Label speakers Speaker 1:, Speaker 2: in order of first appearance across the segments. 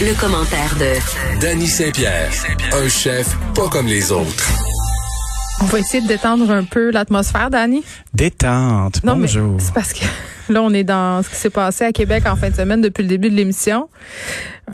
Speaker 1: Le commentaire de
Speaker 2: Danny Saint-Pierre, un chef pas comme les autres.
Speaker 3: On va essayer de détendre un peu l'atmosphère, Danny.
Speaker 4: Détente.
Speaker 3: Non,
Speaker 4: Bonjour.
Speaker 3: mais c'est parce que là, on est dans ce qui s'est passé à Québec en fin de semaine depuis le début de l'émission.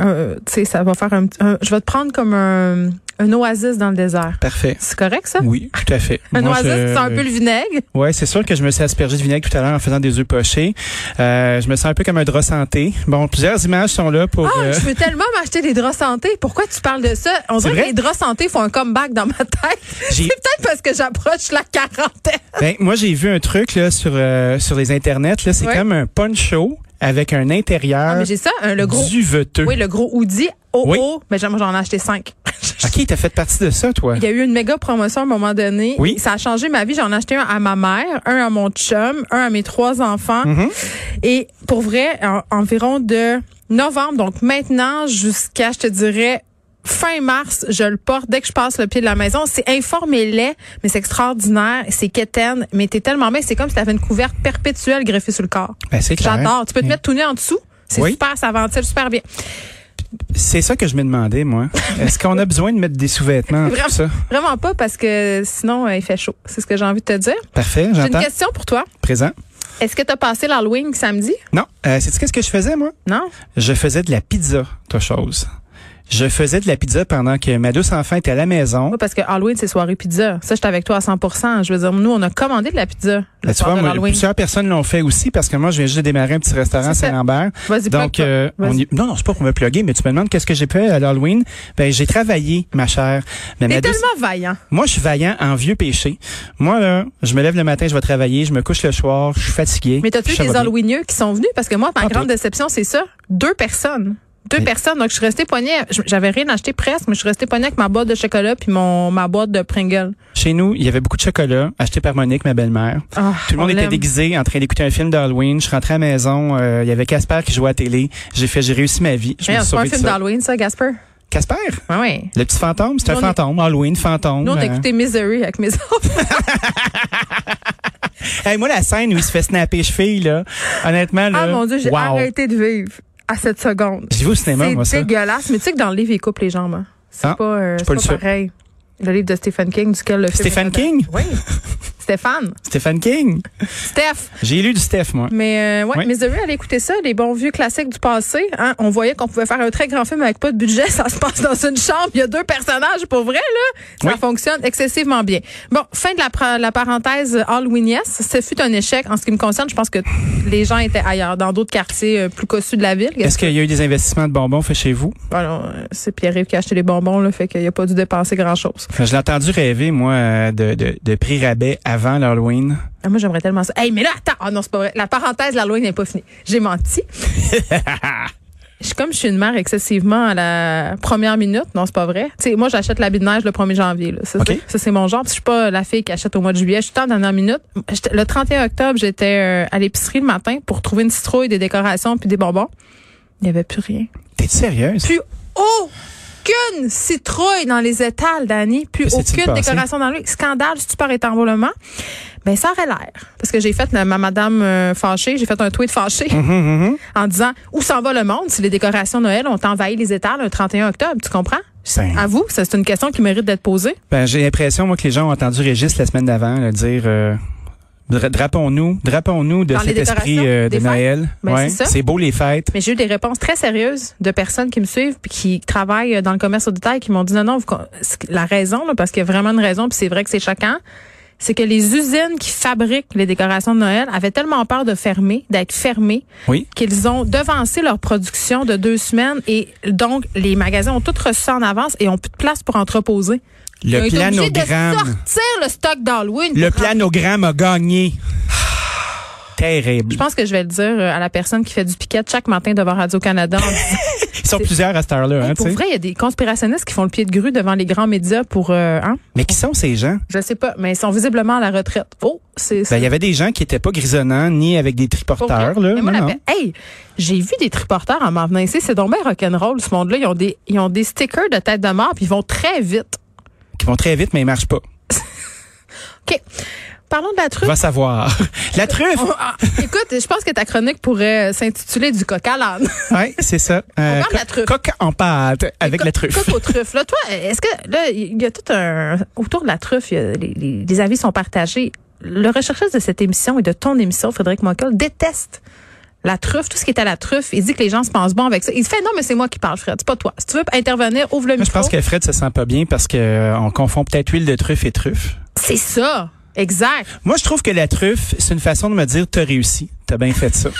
Speaker 3: Euh, tu sais, ça va faire un, petit- un- Je vais te prendre comme un, un oasis dans le désert.
Speaker 4: Parfait.
Speaker 3: C'est correct, ça?
Speaker 4: Oui, tout à fait.
Speaker 3: Un
Speaker 4: Moi,
Speaker 3: oasis,
Speaker 4: je-
Speaker 3: c'est un peu le vinaigre.
Speaker 4: Ouais, c'est sûr que je me suis aspergé de vinaigre tout à l'heure en faisant des œufs pochés. Euh, je me sens un peu comme un drap santé. Bon, plusieurs images sont là pour.
Speaker 3: Ah,
Speaker 4: euh,
Speaker 3: je veux tellement m'acheter des draps santé. Pourquoi tu parles de ça? On
Speaker 4: C'est
Speaker 3: dirait que
Speaker 4: vrai?
Speaker 3: les draps santé font un comeback dans ma tête. C'est
Speaker 4: J'ai-
Speaker 3: peut-être parce que j'approche la quarantaine.
Speaker 4: ben, moi, j'ai vu un truc là sur euh, sur les internets. Là, c'est
Speaker 3: Ouais.
Speaker 4: comme un poncho avec un
Speaker 3: Ah,
Speaker 4: intérieur
Speaker 3: mais j'ai ça, hein, le gros.
Speaker 4: duveteux.
Speaker 3: Oui, le gros hoodie. Oh,
Speaker 4: Euh, Oui.
Speaker 3: oh. Mais j'en- moi, j'en ai acheté cinq.
Speaker 4: Ok, t'as fait partie de ça, toi.
Speaker 3: Il y a eu une méga promotion à un moment donné.
Speaker 4: Oui.
Speaker 3: Ça a changé ma vie. J'en ai acheté un à ma mère, un à mon chum, un à mes trois enfants.
Speaker 4: Mm-hmm.
Speaker 3: Et pour vrai, en- environ de novembre, donc maintenant jusqu'à, je te dirais, fin mars, je le porte dès que je passe le pied de la maison. C'est informé-les, mais c'est extraordinaire. C'est quétaine, mais t'es tellement bien. C'est comme si t'avais une couverte perpétuelle greffée sur le corps.
Speaker 4: Ben, c'est clair.
Speaker 3: J'adore. Tu peux te mettre tout nu en dessous. C'est
Speaker 4: Oui.
Speaker 3: super, ça ventile super bien.
Speaker 4: C'est ça que je me demandais, moi. Est-ce qu'on a besoin de mettre des sous-vêtements
Speaker 3: Vraiment.
Speaker 4: tout ça
Speaker 3: Vraiment pas parce que sinon, euh, il fait chaud. C'est ce que j'ai envie de te dire.
Speaker 4: Parfait,
Speaker 3: J'ai une
Speaker 4: j'entends.
Speaker 3: question pour toi.
Speaker 4: Présent.
Speaker 3: Est-ce que tu as passé l'Halloween samedi?
Speaker 4: Non, euh, c'est qu'est-ce que je faisais moi
Speaker 3: Non.
Speaker 4: Je faisais de la pizza, toi chose. Je faisais de la pizza pendant que ma douce enfant était à la maison.
Speaker 3: Oui, parce que Halloween, c'est soirée pizza. Ça, j'étais avec toi à 100 Je veux dire, nous, on a commandé de la pizza. le
Speaker 4: Là, Ben, tu
Speaker 3: soir
Speaker 4: vois,
Speaker 3: de
Speaker 4: moi,
Speaker 3: l'Halloween.
Speaker 4: plusieurs personnes l'ont fait aussi parce que moi, je viens juste de démarrer un petit restaurant à
Speaker 3: C'est ça.
Speaker 4: Saint-Lambert.
Speaker 3: Vas-y,
Speaker 4: Donc,
Speaker 3: plug-toi.
Speaker 4: euh, on
Speaker 3: Vas-y.
Speaker 4: y- non, non, c'est pas pour me plugger, mais tu me demandes qu'est-ce que j'ai fait à l'Halloween. Ben, j'ai travaillé, ma chère. Mais
Speaker 3: T'es
Speaker 4: ma douce-
Speaker 3: tellement vaillant.
Speaker 4: Moi, je suis vaillant en vieux péché. Moi, là, je me lève le matin, je vais travailler, je me couche le soir, je suis Ah, fatigué.
Speaker 3: Mais t'as-tu
Speaker 4: puis
Speaker 3: eu
Speaker 4: ça
Speaker 3: des
Speaker 4: va bien.
Speaker 3: Halloweenieux qui sont venus? Parce que moi, ma
Speaker 4: Pas
Speaker 3: grande
Speaker 4: toutes.
Speaker 3: déception, c'est ça. Deux personnes. Deux personnes. Donc, je suis restée poignée. je- J'avais rien acheté presque, mais je suis restée poignée avec ma boîte de chocolat puis mon, ma boîte de Pringle.
Speaker 4: Chez nous, il y avait beaucoup de chocolat acheté par Monique, ma belle-mère.
Speaker 3: Ah,
Speaker 4: Tout le
Speaker 3: on
Speaker 4: monde était
Speaker 3: l'aime.
Speaker 4: déguisé en train d'écouter un film d'Halloween. Je rentrais à la maison, euh, il y avait Casper qui jouait à la télé. J'ai fait, j'ai réussi ma vie. Je me
Speaker 3: Voyons,
Speaker 4: suis
Speaker 3: C'est pas un
Speaker 4: sauvé de
Speaker 3: film
Speaker 4: ça.
Speaker 3: d'Halloween, ça, Gasper?
Speaker 4: Casper?
Speaker 3: Oui, oui.
Speaker 4: Le petit fantôme? C'est un
Speaker 3: Nous, on est-
Speaker 4: fantôme. Halloween, fantôme.
Speaker 3: Nous, on a
Speaker 4: euh.
Speaker 3: écouté Misery avec mes enfants.
Speaker 4: Hey, moi, la scène où il se fait snapper cheville, là, honnêtement, là.
Speaker 3: Ah, mon Dieu, j'ai
Speaker 4: wow.
Speaker 3: arrêté de vivre à cette seconde.
Speaker 4: J'y vais au cinéma, moi,
Speaker 3: C'est
Speaker 4: ça.
Speaker 3: dégueulasse, mais tu sais que dans le livre, ils coupent les jambes. hein. C'est
Speaker 4: Ah,
Speaker 3: pas, euh,
Speaker 4: je suis
Speaker 3: c'est pas
Speaker 4: pas le seul.
Speaker 3: pareil. Le livre de Stephen King, duquel le film est
Speaker 4: Stephen
Speaker 3: adapté.
Speaker 4: King?
Speaker 3: Oui. Stéphane.
Speaker 4: Stephen King?
Speaker 3: Steph.
Speaker 4: J'ai lu du Steph, moi.
Speaker 3: Mais euh, ouais,
Speaker 4: Oui.
Speaker 3: Misery, allez écouter ça, les bons vieux classiques du passé. hein. On voyait qu'on pouvait faire un très grand film avec pas de budget. Ça se passe dans une chambre. Il y a deux personnages. Pour vrai, là, ça
Speaker 4: Oui.
Speaker 3: fonctionne excessivement bien. Bon, fin de la, pra- la parenthèse Halloween Yes. Ce fut un échec en ce qui me concerne. Je pense que les gens étaient ailleurs, dans d'autres quartiers euh, plus cossus de la ville.
Speaker 4: Est-ce qu'il y a eu des investissements de bonbons faits chez vous?
Speaker 3: Bon, non, euh, c'est Pierre-Yves qui a acheté les bonbons, là, fait qu'il a pas dû dépenser grand-chose.
Speaker 4: Je l'ai entendu rêver, moi, euh, de, de, de prix rabais avant l'Halloween.
Speaker 3: Ah, Moi, j'aimerais tellement ça. Hey, mais là, attends! Ah non, c'est pas vrai. La parenthèse, la loi n'est pas finie. J'ai menti. Je, suis comme je suis une mère excessivement à la première minute, non, c'est pas vrai. Tu sais, moi, j'achète l'habit de neige le 1er janvier. Là. Ça, c'est-
Speaker 4: OK.
Speaker 3: ça, c'est mon genre. Puis Je suis pas la fille qui achète au mois de juillet. Je suis en dernière minute. J'étais- Le 31 octobre, j'étais euh, à l'épicerie le matin pour trouver une citrouille, des décorations puis des bonbons. Il n'y avait plus rien.
Speaker 4: T'es sérieuse?
Speaker 3: plus aucune citrouille dans les étals, Dani. Plus
Speaker 4: Que s'est-il
Speaker 3: aucune
Speaker 4: passé?
Speaker 3: décoration dans le Scandale, stupeur et envolement. Ben, ça aurait l'air. Parce que j'ai fait ma madame euh, fâchée, j'ai fait un tweet fâché en disant Où s'en va le monde si les décorations Noël ont envahi les étals le 31 octobre? Tu comprends?
Speaker 4: Ben.
Speaker 3: À vous, ça, c'est une question qui mérite d'être posée.
Speaker 4: Ben, j'ai l'impression, moi, que les gens ont entendu Régis la semaine d'avant là, dire euh, dra- drapons-nous, drapons-nous de
Speaker 3: Dans les
Speaker 4: cet esprit
Speaker 3: décorations,
Speaker 4: euh, de
Speaker 3: des fêtes.
Speaker 4: Noël.
Speaker 3: Ben,
Speaker 4: ouais,
Speaker 3: c'est ça.
Speaker 4: c'est beau les fêtes.
Speaker 3: Mais j'ai eu des réponses très sérieuses de personnes qui me suivent puis qui travaillent dans le commerce au détail qui m'ont dit non non vous con- ce qui- la raison là, parce qu'il y a vraiment une raison puis c'est vrai que c'est choquant c'est que les usines qui fabriquent les décorations de Noël avaient tellement peur de fermer d'être fermées
Speaker 4: Oui.
Speaker 3: qu'ils ont devancé leur production de deux semaines et donc les magasins ont tout reçu ça en avance et ont plus de place pour entreposer Ils ont
Speaker 4: Le
Speaker 3: été obligés de
Speaker 4: planogramme.
Speaker 3: sortir le stock d'Halloween
Speaker 4: Le
Speaker 3: pour
Speaker 4: planogramme a gagné. Terrible.
Speaker 3: je pense que je vais le dire euh, à la personne qui fait du piquet chaque matin devant Radio-Canada en disant,
Speaker 4: Ils sont plusieurs à cette heure-là, hein,
Speaker 3: Hey,
Speaker 4: tu
Speaker 3: pour
Speaker 4: sais.
Speaker 3: vrai, il y a des conspirationnistes qui font le pied de grue devant les grands médias pour. Euh, hein?
Speaker 4: Mais qui sont ces gens?
Speaker 3: Je sais pas, mais ils sont visiblement à la retraite. Oh, c'est.
Speaker 4: Ben,
Speaker 3: c'est
Speaker 4: il y avait des gens qui étaient pas grisonnants, ni avec des
Speaker 3: pas vrai.
Speaker 4: triporteurs, là.
Speaker 3: Mais moi,
Speaker 4: Non,
Speaker 3: la
Speaker 4: non.
Speaker 3: pe- Hey, j'ai vu des triporteurs en m'en venant ici. C'est donc bien rock'n'roll, ce monde-là. Ils ont des, ils ont des stickers de tête de mort, puis ils vont très vite.
Speaker 4: Qui vont très vite, mais ils marchent pas.
Speaker 3: OK. Parlons de la truffe.
Speaker 4: Va savoir. La truffe!
Speaker 3: On- ah, écoute, je pense que ta chronique pourrait euh, s'intituler du coq à l'âne.
Speaker 4: Oui, c'est ça. Euh,
Speaker 3: parle de la
Speaker 4: co-
Speaker 3: truffe.
Speaker 4: Coq en pâte avec
Speaker 3: Co-
Speaker 4: la truffe.
Speaker 3: Coq aux truffes. Là, toi, est-ce que là, il y a tout un autour de la truffe, il y a- les, les- les avis sont partagés. Le rechercheur de cette émission et de ton émission, Frédéric Moncol, déteste la truffe, tout ce qui est à la truffe. Il dit que les gens se pensent bon avec ça. Il fait non, mais c'est moi qui parle, Fred, c'est pas toi. Si tu veux intervenir, ouvre le
Speaker 4: Moi, je
Speaker 3: micro.
Speaker 4: pense que Fred se sent pas bien parce que euh, on confond peut-être huile de truffe et truffe.
Speaker 3: C'est ça. Exact.
Speaker 4: Moi, je trouve que la truffe, c'est une façon de me dire t'as réussi, t'as bien fait ça.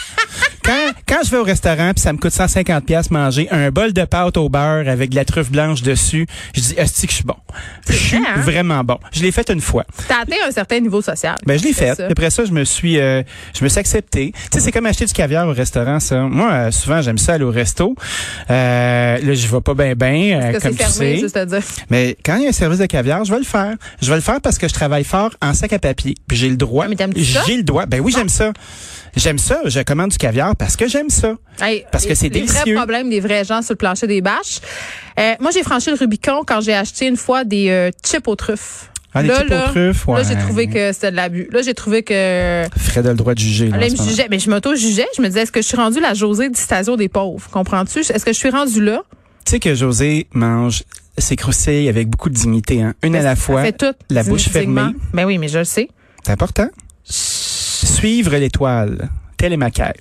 Speaker 4: quand quand je vais au restaurant puis ça me coûte 150 pièces manger un bol de pâte au beurre avec de la truffe blanche dessus, je dis esti que je suis bon. Je suis
Speaker 3: vrai, hein?
Speaker 4: vraiment bon. Je l'ai fait une fois.
Speaker 3: T'as atteint un certain niveau social.
Speaker 4: Ben je l'ai
Speaker 3: C'est
Speaker 4: fait.
Speaker 3: ça.
Speaker 4: Après ça, je me suis euh, je me suis accepté. Tu sais, c'est comme acheter du caviar au restaurant ça. Moi, euh, souvent j'aime ça aller au resto. Euh, là, je vais pas bien bien euh,
Speaker 3: Parce que
Speaker 4: comme
Speaker 3: c'est
Speaker 4: tu
Speaker 3: fermé,
Speaker 4: sais.
Speaker 3: juste à dire.
Speaker 4: Mais quand il y a un service de caviar, je vais le faire. Je vais le faire parce que je travaille fort en sac à papier. Puis j'ai le droit.
Speaker 3: Ah, mais t'aimes-tu ça?
Speaker 4: J'ai le droit. Ben oui, j'aime ça. J'aime ça. Je commande du caviar parce que j'aime ça.
Speaker 3: Hey,
Speaker 4: Parce que
Speaker 3: les-
Speaker 4: c'est
Speaker 3: Les
Speaker 4: délicieux.
Speaker 3: vrais problèmes des vrais gens sur le plancher des bâches. Euh, moi, j'ai franchi le Rubicon quand j'ai acheté une fois des euh, chips aux truffes.
Speaker 4: Ah, les
Speaker 3: là,
Speaker 4: chips aux
Speaker 3: là,
Speaker 4: truffes,
Speaker 3: Là,
Speaker 4: ouais.
Speaker 3: j'ai trouvé que c'était de l'abus. Là, j'ai trouvé que...
Speaker 4: Fred a le droit de juger. Là,
Speaker 3: Là,
Speaker 4: en
Speaker 3: il me
Speaker 4: ce moment.
Speaker 3: jugeait, mais je m'auto-jugeais. Je me disais, est-ce que je suis rendue la Josée du station des pauvres? Comprends-tu? Est-ce que je suis rendue là?
Speaker 4: Tu sais que José mange ses croustilles avec beaucoup de dignité. Hein. Une à la fois.
Speaker 3: Elle fait tout.
Speaker 4: la bouche
Speaker 3: dignement.
Speaker 4: fermée.
Speaker 3: Ben oui, mais je le sais.
Speaker 4: C'est important. Suivre l'étoile. Telle est ma quête.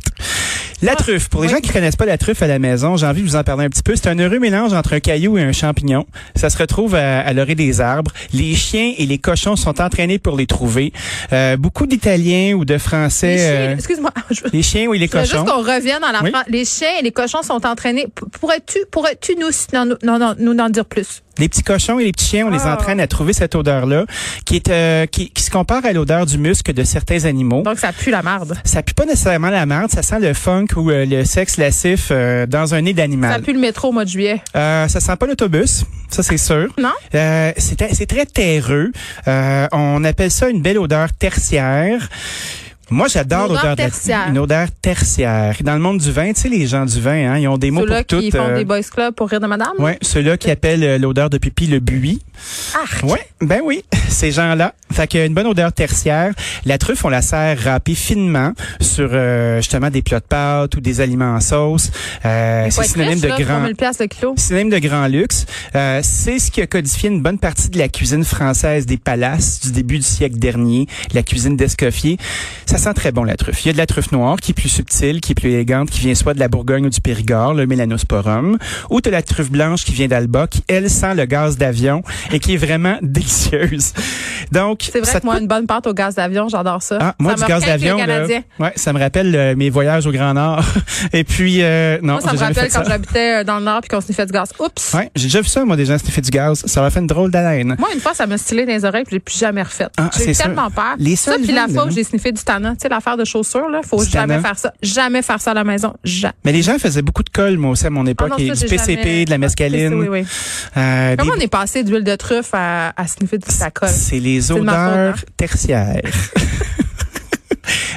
Speaker 4: La
Speaker 3: Ah,
Speaker 4: truffe. Pour les
Speaker 3: oui.
Speaker 4: gens qui connaissent pas la truffe à la maison, j'ai envie de vous en parler un petit peu. C'est un heureux mélange entre un caillou et un champignon. Ça se retrouve à, à l'orée des arbres. Les chiens et les cochons sont entraînés pour les trouver. Euh, beaucoup d'Italiens ou de Français.
Speaker 3: Les chiens,
Speaker 4: euh,
Speaker 3: excuse-moi. Je,
Speaker 4: les chiens ou les
Speaker 3: je veux juste
Speaker 4: cochons.
Speaker 3: qu'on revienne dans la
Speaker 4: Oui.
Speaker 3: France. Les chiens et les cochons sont entraînés. P- Pourrais-tu, pourrais-tu nous, non, non, non, nous en dire plus?
Speaker 4: Les petits cochons et les petits chiens, on les
Speaker 3: Ah.
Speaker 4: entraîne à trouver cette odeur-là, qui est euh, qui, qui se compare à l'odeur du muscle de certains animaux.
Speaker 3: Donc, ça pue la marde.
Speaker 4: Ça pue pas nécessairement la marde, ça sent le funk ou euh, le sexe lascif euh, dans un nez
Speaker 3: Ça
Speaker 4: d'animal.
Speaker 3: pue le métro au mois de juillet.
Speaker 4: Euh, ça sent pas l'autobus, ça c'est sûr.
Speaker 3: Non?
Speaker 4: Euh, c'est très- c'est très terreux. Euh, on appelle ça une belle odeur tertiaire. Moi,
Speaker 3: Une
Speaker 4: j'adore
Speaker 3: odeur
Speaker 4: l'odeur de la-
Speaker 3: tertiaire.
Speaker 4: Une odeur tertiaire. Dans le monde du vin, tu sais, les gens du vin, hein, ils ont des mots
Speaker 3: Ceux-là
Speaker 4: pour tout.
Speaker 3: qui font
Speaker 4: euh,
Speaker 3: des boys clubs pour rire de madame.
Speaker 4: ouais, ceux-là qui appellent euh, l'odeur de pipi le buis.
Speaker 3: Arc.
Speaker 4: Ouais, ben oui, ces gens-là. Fait qu'une bonne odeur tertiaire. La truffe, on la sert râpée finement sur euh, justement des plats de pâtes ou des aliments en sauce. Euh,
Speaker 3: Faut
Speaker 4: c'est
Speaker 3: être
Speaker 4: synonyme
Speaker 3: riche,
Speaker 4: de
Speaker 3: là,
Speaker 4: grand.
Speaker 3: 3000 piastres le kilo.
Speaker 4: Synonyme de grand luxe, Euh, c'est ce qui a codifié une bonne partie de la cuisine française des palaces du début du siècle dernier, la cuisine d'Escoffier. Ça sent très bon la truffe. Il y a de la truffe noire qui est plus subtile, qui est plus élégante, qui vient soit de la Bourgogne ou du Périgord, le Mélanosporum, ou de la truffe blanche qui vient d'Alba, qui elle sent le gaz d'avion et qui est vraiment délicieuse. Donc,
Speaker 3: C'est vrai
Speaker 4: ça
Speaker 3: que moi,
Speaker 4: te coûte-
Speaker 3: une bonne pâte au gaz d'avion, j'adore ça.
Speaker 4: Ah, moi
Speaker 3: Ça
Speaker 4: du
Speaker 3: me
Speaker 4: gaz
Speaker 3: rappelle
Speaker 4: d'avion,
Speaker 3: le
Speaker 4: là,
Speaker 3: Canadien.
Speaker 4: ouais, ça me rappelle euh, mes voyages au Grand Nord. et puis, euh, non,
Speaker 3: moi, ça
Speaker 4: j'ai
Speaker 3: me
Speaker 4: jamais
Speaker 3: rappelle
Speaker 4: fait ça.
Speaker 3: quand j'habitais euh, dans le Nord puis qu'on s'est fait du gaz. Oups!
Speaker 4: Ouais, j'ai déjà vu ça, moi, des gens se fait du gaz. Ça m'a fait une drôle d'haleine.
Speaker 3: Moi, une fois, ça m'a stylé dans les oreilles, puis je l'ai plus jamais refait.
Speaker 4: Ah,
Speaker 3: j'ai
Speaker 4: c'est sûr.
Speaker 3: tellement peur.
Speaker 4: Les
Speaker 3: ça,
Speaker 4: seuls
Speaker 3: puis la
Speaker 4: gens,
Speaker 3: fois
Speaker 4: là,
Speaker 3: où j'ai sniffé du tana, tu sais, l'affaire de chaussures, là, faut
Speaker 4: Du
Speaker 3: jamais
Speaker 4: tannin.
Speaker 3: faire ça. Jamais faire ça à la maison. Jamais.
Speaker 4: Mais les gens faisaient beaucoup de colle, moi aussi, à mon
Speaker 3: Ah
Speaker 4: époque.
Speaker 3: non,
Speaker 4: et
Speaker 3: ça,
Speaker 4: du
Speaker 3: j'ai
Speaker 4: PCP,
Speaker 3: jamais- Ah,
Speaker 4: de la mescaline.
Speaker 3: Oui, oui.
Speaker 4: euh,
Speaker 3: Comment
Speaker 4: des-
Speaker 3: on est passé d'huile de truffe à, à sniffer du sacolle?
Speaker 4: C'est les
Speaker 3: de ma faute, hein.
Speaker 4: odeurs tertiaires.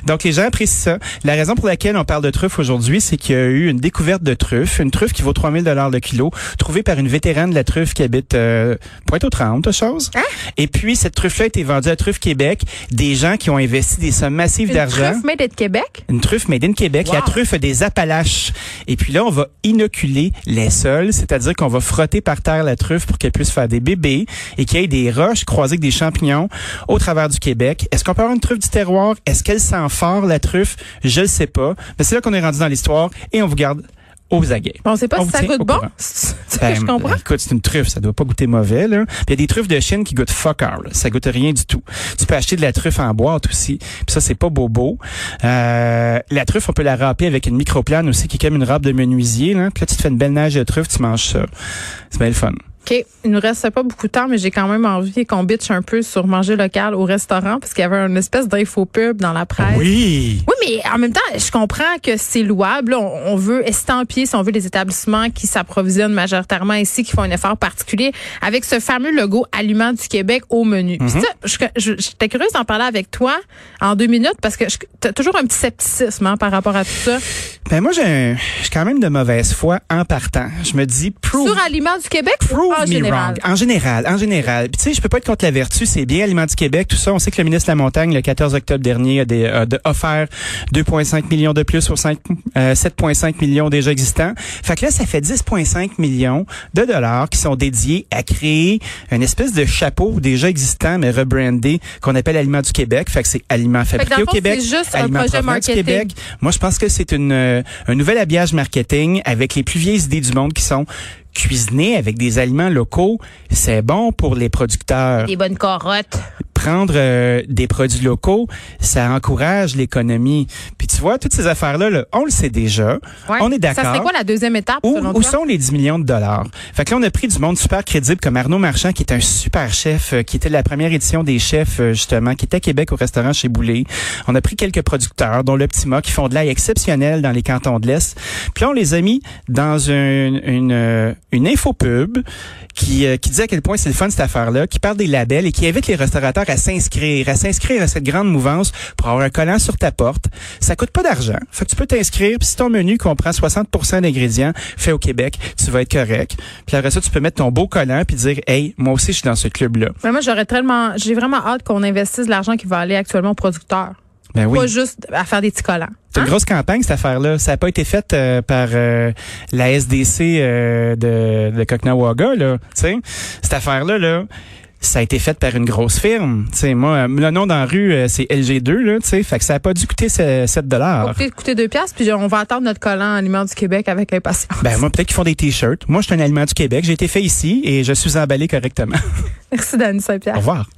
Speaker 4: Donc, les gens apprécient ça. La raison pour laquelle on parle de truffe aujourd'hui, c'est qu'il y a eu une découverte de truffe, une truffe qui vaut 3000 dollars le kilo, trouvée par une vétérane de la truffe qui habite euh, Pointe-aux-Trembles, chose.
Speaker 3: Hein?
Speaker 4: Et puis, cette truffe-là a été vendue à Truffe Québec, des gens qui ont investi des sommes massives
Speaker 3: Une
Speaker 4: d'argent.
Speaker 3: truffe made de Québec?
Speaker 4: Une truffe made in Québec.
Speaker 3: Wow.
Speaker 4: La truffe des Appalaches. Et puis là, on va inoculer les sols, c'est-à-dire qu'on va frotter par terre la truffe pour qu'elle puisse faire des bébés et qu'il y ait des roches croisées avec des champignons au travers du Québec. Est-ce qu'on peut avoir une truffe du terroir? Est-ce qu'elle sent fort, la truffe? Je le sais pas. Mais c'est là qu'on est rendu dans l'histoire et on vous garde aux aguets.
Speaker 3: On sait pas
Speaker 4: On
Speaker 3: si
Speaker 4: vous
Speaker 3: ça
Speaker 4: tient
Speaker 3: goûte
Speaker 4: au
Speaker 3: bon.
Speaker 4: courant.
Speaker 3: C'est- c'est-
Speaker 4: Ben,
Speaker 3: je comprends.
Speaker 4: Écoute, c'est une truffe, ça doit pas goûter mauvais. là. Puis Il y a des truffes de Chine qui goûtent fuck all, là. Ça goûte rien du tout. Tu peux acheter de la truffe en boîte aussi. Puis ça, c'est pas bobo. Euh, la truffe, on peut la râper avec une microplane aussi, qui est comme une râpe de menuisier. Là. Puis là, tu te fais une belle nage de truffe, tu manges ça. C'est bien le fun.
Speaker 3: OK. Il nous reste pas beaucoup de temps, mais j'ai quand même envie qu'on bitche un peu sur manger local au restaurant parce qu'il y avait une espèce d'infopub dans la presse.
Speaker 4: Oui!
Speaker 3: Oui, mais en même temps, je comprends que c'est louable. là. On, on veut estampiller, si on veut, les établissements qui s'approvisionnent majoritairement ici, qui font un effort particulier avec ce fameux logo Aliment du Québec au menu.
Speaker 4: Mhm.
Speaker 3: Puis ça, je- je- j'étais curieuse d'en parler avec toi en deux minutes parce que tu as toujours un petit scepticisme hein, par rapport à tout ça.
Speaker 4: Ben moi, j'ai un- je suis quand même de mauvaise foi en partant. Je me dis, prove,
Speaker 3: Sur Aliments du Québec ou
Speaker 4: prove
Speaker 3: en
Speaker 4: me
Speaker 3: général?
Speaker 4: wrong. En général, en général. Puis tu sais, je peux pas être contre la vertu, c'est bien Aliments du Québec, tout ça. On sait que le ministre de la Montagne, le 14 octobre dernier, a, des- a de- offert 2,5 millions de plus sur cinq- euh, 7,5 millions déjà existants. Fait que là, ça fait 10,5 millions de dollars qui sont dédiés à créer une espèce de chapeau déjà existant, mais rebrandé, qu'on appelle Aliments du Québec. Fait que c'est Aliments
Speaker 3: que dans
Speaker 4: fabriqués
Speaker 3: le
Speaker 4: au
Speaker 3: fond,
Speaker 4: Québec,
Speaker 3: c'est juste un
Speaker 4: Aliments
Speaker 3: projet
Speaker 4: provenant du
Speaker 3: marketing.
Speaker 4: Québec. Moi, je pense que c'est une euh, un nouvel habillage marketing avec les plus vieilles idées du monde qui sont cuisiner avec des aliments locaux, c'est bon pour les producteurs.
Speaker 3: Des bonnes carottes.
Speaker 4: Prendre euh, des produits locaux, ça encourage l'économie. Puis tu vois, toutes ces affaires-là, là, on le sait déjà.
Speaker 3: Ouais.
Speaker 4: On est d'accord.
Speaker 3: Ça serait quoi la deuxième étape,
Speaker 4: Où,
Speaker 3: selon toi?
Speaker 4: où sont les 10 millions de dollars? Fait que là, on a pris du monde super crédible comme Arnaud Marchand, qui est un super chef, euh, qui était la première édition des chefs, euh, justement, qui était à Québec au restaurant chez Boulay. On a pris quelques producteurs, dont le petit mât, qui font de l'ail exceptionnel dans les cantons de l'Est. Puis là, on les a mis dans une, une, euh, une infopub qui, euh, qui dit à quel point c'est le fun, cette affaire-là, qui parle des labels et qui invite les restaurateurs à s'inscrire, à s'inscrire à cette grande mouvance pour avoir un collant sur ta porte. Ça coûte pas d'argent. Fait que tu peux t'inscrire, puis si ton menu comprend 60 d'ingrédients faits au Québec, tu vas être correct. Puis après ça, tu peux mettre ton beau collant puis dire "Hey, moi aussi je suis dans ce club là."
Speaker 3: Mais Ben, moi, j'aurais tellement, j'ai vraiment hâte qu'on investisse l'argent qui va aller actuellement aux producteurs.
Speaker 4: Ben oui.
Speaker 3: Pas juste à faire des petits collants. Hein?
Speaker 4: C'est une grosse campagne cette affaire-là. Ça n'a pas été faite euh, par euh, la SDC euh, de, de Coquinawaga, là. Tu sais, cette affaire-là, là. Ça a été fait par une grosse firme. Tu sais, moi, euh, le nom dans la rue, euh, c'est LG2, là, tu sais. Fait que ça a pas dû coûter ce- 7
Speaker 3: Pour coûter, coûter deux piastres, puis on va attendre notre collant Aliments du Québec avec impatience.
Speaker 4: Ben, moi, peut-être qu'ils font des t-shirts. Moi, je suis un aliment du Québec. J'ai été fait ici et je suis emballé correctement.
Speaker 3: Merci, Dani Saint-Pierre.
Speaker 4: Au revoir.